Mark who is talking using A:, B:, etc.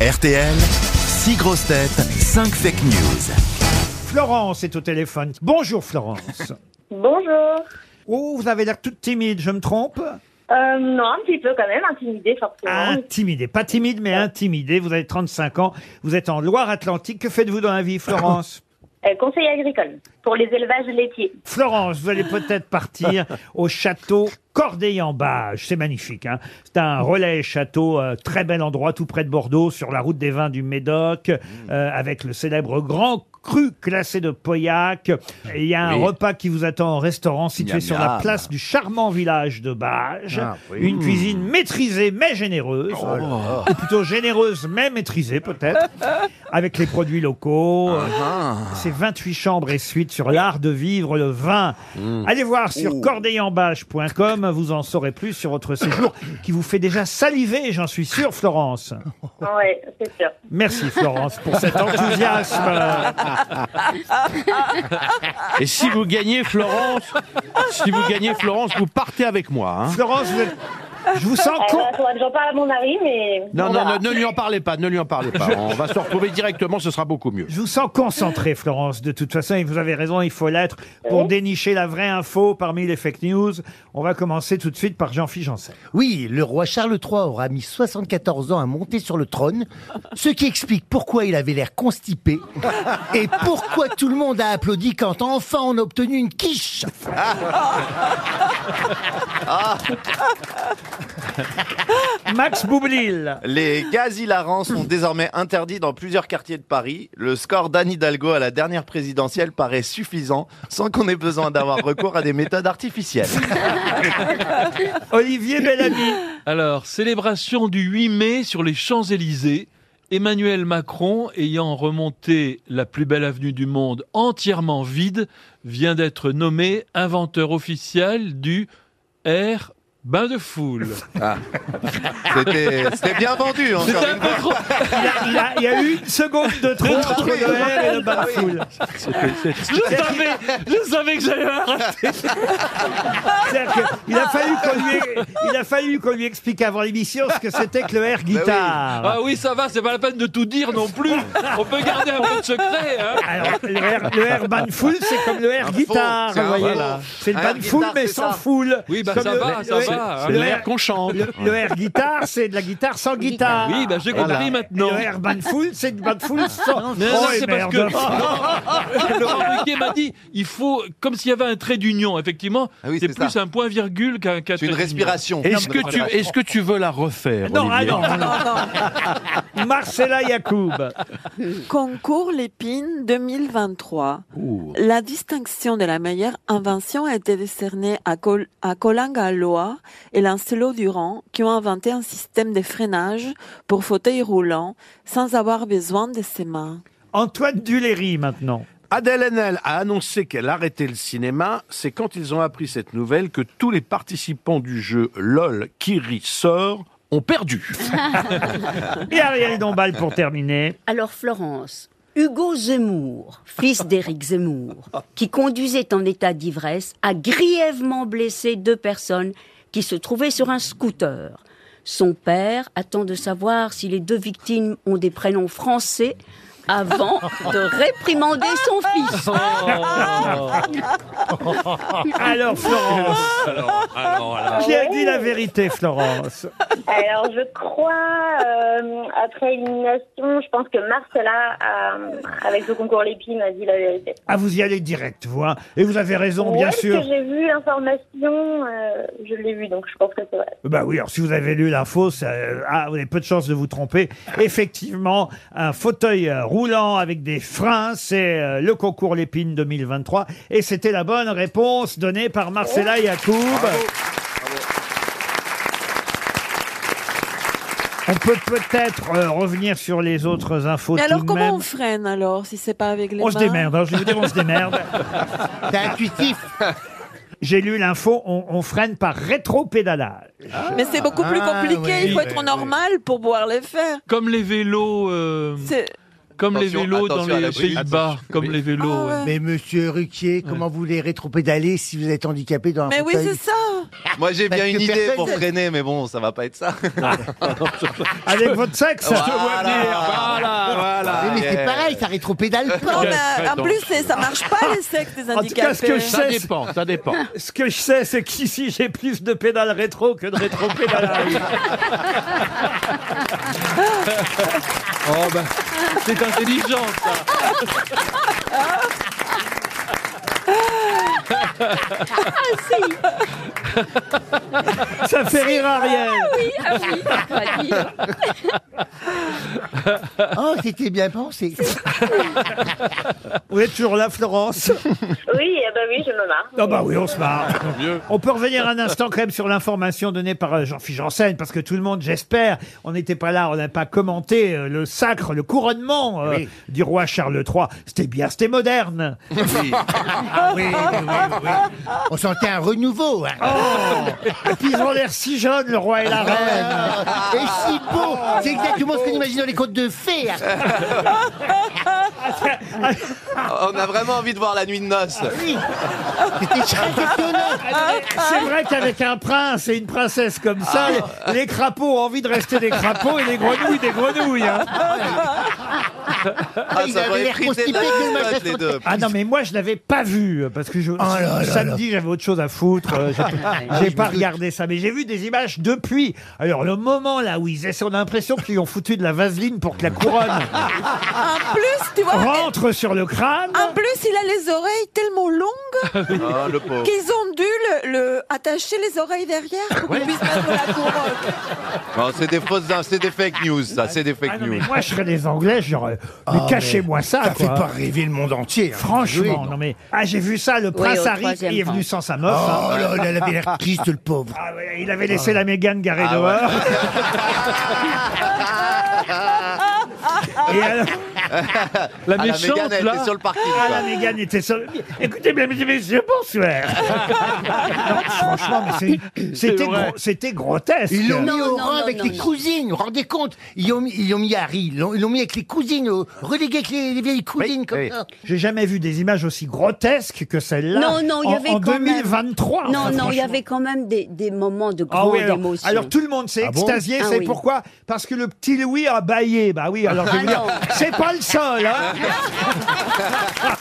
A: RTL, 6 grosses têtes, 5 fake news.
B: Florence est au téléphone. Bonjour Florence.
C: Bonjour.
B: Oh, vous avez l'air toute timide, je me trompe
C: Euh, non, un petit peu quand même, intimidée
D: Ah.
C: forcément.
B: Intimidée, pas timide mais intimidée. Vous avez 35 ans, vous êtes en Loire-Atlantique. Que faites-vous dans la vie, Florence
C: Euh, conseiller agricole pour les élevages laitiers.
B: Florence, vous allez peut-être partir au château Corday-en-Bage. C'est magnifique. Hein C'est un relais château, euh, très bel endroit, tout près de Bordeaux, sur la route des vins du Médoc,
D: Mm.
B: euh, avec le célèbre grand cru classé de Pauillac. Et Il y a un
D: Oui.
B: repas qui vous attend en restaurant situé
D: Miam,
B: sur la
D: miam.
B: place du charmant village de Bage.
D: Ah, oui. Oh.
B: Une cuisine maîtrisée mais généreuse. Ou plutôt généreuse mais maîtrisée peut-être. avec les produits locaux.
D: Ah,
B: euh, c'est 28 chambres et suites sur l'art de vivre le vin.
D: Mm.
B: Allez voir sur cordeillenbâche.com, vous en saurez plus sur votre séjour qui vous fait déjà saliver, j'en suis sûr, Florence.
C: Ouais, c'est sûr. Euh,
B: Merci, Florence, pour cet enthousiasme.
D: Et si vous gagnez Florence, si vous gagnez Florence, vous partez avec moi. hein.
B: Florence, vous êtes- je vous sens
C: Euh,
B: con.
C: bah, faudra que j'en parle à mon mari, mais.
D: Non,
C: on
D: non,
B: bah.
C: verra.
D: non, ne lui en parlez pas, ne lui en parlez pas. On va se retrouver directement, ce sera beaucoup mieux.
B: Je vous sens concentré, Florence, de toute façon, et vous avez raison, il faut l'être pour dénicher la vraie info parmi les fake news. On va commencer tout de suite par Jean-Philippe Janssen.
E: Oui, le roi Charles III aura mis 74 ans à monter sur le trône, ce qui explique pourquoi il avait l'air constipé et pourquoi tout le monde a applaudi quand enfin on a obtenu une quiche.
B: Max Boublil.
F: Les gaz hilarants sont désormais interdits dans plusieurs quartiers de Paris. Le score d'Anne Hidalgo à la dernière présidentielle paraît suffisant sans qu'on ait besoin d'avoir recours à des méthodes artificielles.
B: Olivier Bellamy.
G: Alors, célébration du 8 mai sur les Champs-Élysées. Emmanuel Macron, ayant remonté la plus belle avenue du monde entièrement vide, vient d'être nommé inventeur officiel du air bain de foule.
F: C'était c'était bien vendu hein,
G: C'est
F: encore
G: un
F: une
G: peu
F: fois.
G: trop.
B: Il y a- il y a- il y a eu une seconde de trop entre le R et le bas de foule.
G: Je savais, je savais que j'allais la rater.
B: C'est-à-dire que Il a fallu qu'on lui, il a fallu qu'on lui explique avant l'émission ce que c'était que le air guitare.
G: Ah oui, ça va, c'est pas la peine de tout dire non plus. On peut garder un peu de secret. hein.
B: Alors, le air, le air band full, c'est comme le air
F: Un faux,
B: guitare,
F: c'est un
B: vous voyez
F: faux.
B: là. C'est le
F: Un
B: band
F: air
B: full,
F: guitare,
B: mais
F: c'est ça.
B: sans foule.
G: Oui, bah,
B: Comme
G: ça
B: le-
G: va,
B: le- le-
G: ça va, hein.
B: Le
G: C'est
B: air,
G: l'air qu'on chante.
B: le- le air guitare, c'est de la guitare sans guitare.
G: Oui, bah, j'ai compris
B: Voilà.
G: maintenant.
B: Le air band full, c'est du band full sans.
G: Non, non,
B: Oh, et
G: c'est parce que
B: merde.
G: Non, non, Laurent Ruquier m'a dit, il faut, comme s'il y avait un trait d'union, effectivement,
F: Ah oui,
G: c'est
F: c'est
G: plus
F: ça.
G: un point virgule qu'un qu'un
F: C'est
G: trait
F: une
G: d'union.
F: respiration.
D: Est-ce que tu, est-ce que tu veux la refaire
B: Non, ah
D: Oh, Olivier
B: non, non, non. Marcella Yacoub.
H: Concours Lépine 2023. La distinction de la meilleure invention a été décernée à, Col à Colin Gallois et Lancelot Durand qui ont inventé un système de freinage pour fauteuil roulant sans avoir besoin de ses mains.
B: Oh, Antoine Duléry maintenant.
D: Adèle Haenel a annoncé qu'elle arrêtait le cinéma. C'est quand ils ont appris cette nouvelle que tous les participants du jeu LOL Kiri sort ont perdu.
B: Et Ariel Dombal pour terminer.
I: Alors Florence, Hugo Zemmour, fils d'Éric Zemmour, qui conduisait en état d'ivresse, a grièvement blessé deux personnes qui se trouvaient sur un scooter. Son père attend de savoir si les deux victimes ont des prénoms français avant de réprimander son fils.
G: Oh.
B: Alors Florence, qui a dit la vérité Florence
C: Alors, je crois, euh, après élimination, je pense que Marcella, euh, avec le concours Lépine, a dit la vérité.
B: Ah vous y allez direct, vous. hein. Et vous avez raison, bien
C: Ouais,
B: sûr.
C: Parce que j'ai vu l'information, euh, je l'ai vu, donc je pense que c'est vrai.
B: Bah oui, alors si vous avez lu l'info, ça, euh, ah, vous avez peu de chances de vous tromper. Effectivement, un fauteuil euh, roulant avec des freins, c'est euh, le concours Lépine 2023. Et c'était la bonne réponse donnée par Marcella Yacoub. On peut peut-être euh, revenir sur les autres infos
H: Mais
B: tout
H: alors
B: de
H: comment
B: même.
H: on freine alors si c'est pas avec les
B: On
H: mains
B: se démerde, hein, je vais vous dire, on se démerde.
E: C'est intuitif.
B: J'ai lu l'info, on, on freine par rétro-pédalage.
H: Mais c'est beaucoup plus
E: Ah,
H: compliqué,
E: oui,
H: il faut être normal pour pouvoir les faire.
G: Comme les vélos. euh,
H: C'est
G: Comme les
F: Attention-
G: vélos dans
F: attention à
G: les
F: la chute.
G: Pays-Bas,
F: Attention.
G: comme
F: Oui.
G: les vélos. euh.
H: Ah
G: ouais.
H: ouais.
E: Mais monsieur Ruquier, comment vous voulez rétropédaler si vous êtes handicapé dans un
H: Mais oui,
E: fauteuil
H: c'est ça.
F: Moi, j'ai bien
E: Parce que
F: une idée
E: personne-
F: pour freiner, mais bon, ça va pas être ça.
B: Avec votre sexe
F: Ah, voilà.
E: Oui, mais c'est
F: Yeah.
E: pareil, ça rétropédale
H: Non,
E: pas.
H: mais en plus, c'est- ça marche pas, les sectes des
B: En tout cas, ce
H: handicapés.
B: que je sais, c'est-
G: dépend, ça dépend.
B: ce que je sais, c'est qu'ici, j'ai plus de pédales rétro que de rétro-pédales arrière.
G: Oh, bah, c'est intelligent, ça.
B: Ça fait rire Ariel.
E: Oh, c'était bien pensé.
B: Vous êtes toujours là, Florence
C: Oui, eh ben oui, je me marre.
D: Ah
B: Non, bah oui, on se marre. On peut revenir un instant quand même sur l'information donnée par euh, Jean-Philippe Janssen, parce que tout le monde, j'espère, on n'était pas là, on n'a pas commenté euh, le sacre, le couronnement euh, du roi Charles III. C'était bien, c'était moderne.
E: Oui, oui, oui, oui. On sentait un renouveau. hein.
B: Et puis ils ont l'air si jeunes, le roi et la reine.
E: Et si beau C'est exactement ce qu'on imagine dans les côtes de fées. hein.
F: On a vraiment envie de voir la nuit de noces.
B: Ah
E: C'était très étonnant.
B: C'est vrai qu'avec un prince et une princesse comme ça, les- les crapauds ont envie de rester des crapauds et les grenouilles des grenouilles. hein.
F: Ah,
E: Il
F: ça
E: avait
F: va
E: l'air
F: friter
E: constipé que le
F: la
E: machin
F: les deux.
B: Ah non, mais moi, je l'avais pas vu, parce que je,
E: Ah là Ah, là
B: samedi, j'avais autre chose à foutre. euh, j'ai- J'ai pas regardé ça, mais j'ai vu des images depuis. Alors, le moment là où ils essaient, on a l'impression qu'ils ont foutu de la vaseline pour que la couronne
H: En plus, tu vois,
B: rentre sur le crâne.
H: en plus, il a les oreilles tellement longues
F: Ah, le pauvre.
H: qu'ils ont dû le, le- attacher les oreilles derrière pour qu'on puisse mettre la couronne.
F: Non, c'est des fausses, c'est des fake news, ça, c'est des fake
B: Ah non,
F: news.
B: mais moi, je serais des Anglais, genre, mais cachez-moi ça,
E: Ah, Ça fait
B: quoi.
E: pas rêver le monde entier. hein.
B: Franchement,
E: Oui,
B: non. mais ah j'ai vu ça, le prince
I: au
B: Harry
I: troisième
B: il est
I: rang.
B: venu sans sa meuf.
E: Oh
B: hein.
E: là là, elle avait l'air triste, le pauvre.
B: Ah ouais, il avait laissé la Mégane garée
F: Ah
B: dehors. Et alors,
G: La
F: Ah, la
G: méchante,
F: Mégane, elle
G: là.
F: était sur le parking.
B: Ah,
F: quoi.
B: la Mégane était sur le- Écoutez, mesdames et messieurs, bonsoir. Non, franchement, mais c'est- c'était
G: C'est vrai.
B: gro- c'était grotesque.
E: Ils l'ont mis
I: Non,
E: au
I: non,
E: rang
I: non,
E: avec
I: non,
E: les
I: non.
E: cousines, vous vous rendez compte Ils l'ont mis, ils l'ont mis à Harry, ils l'ont ils l'ont mis avec les cousines, au- relégué avec les, les vieilles cousines comme
F: oui.
E: ça.
B: J'ai jamais vu des images aussi grotesques que celle-là.
I: Non, non, il y
B: en-
I: avait
B: en
I: quand même-
B: 2023.
I: Non,
B: enfin,
I: non, il y
B: franchement.
I: avait quand même des, des moments de
B: Ah
I: grande
B: oui, alors,
I: émotion.
B: alors tout le monde s'est extasié,
I: Ah
B: c'est
I: oui.
B: pourquoi Parce que le petit Louis a baillé. Bah oui, alors je vais
I: Ah
B: vous dire,
I: non.
B: c'est pas le seul. hein.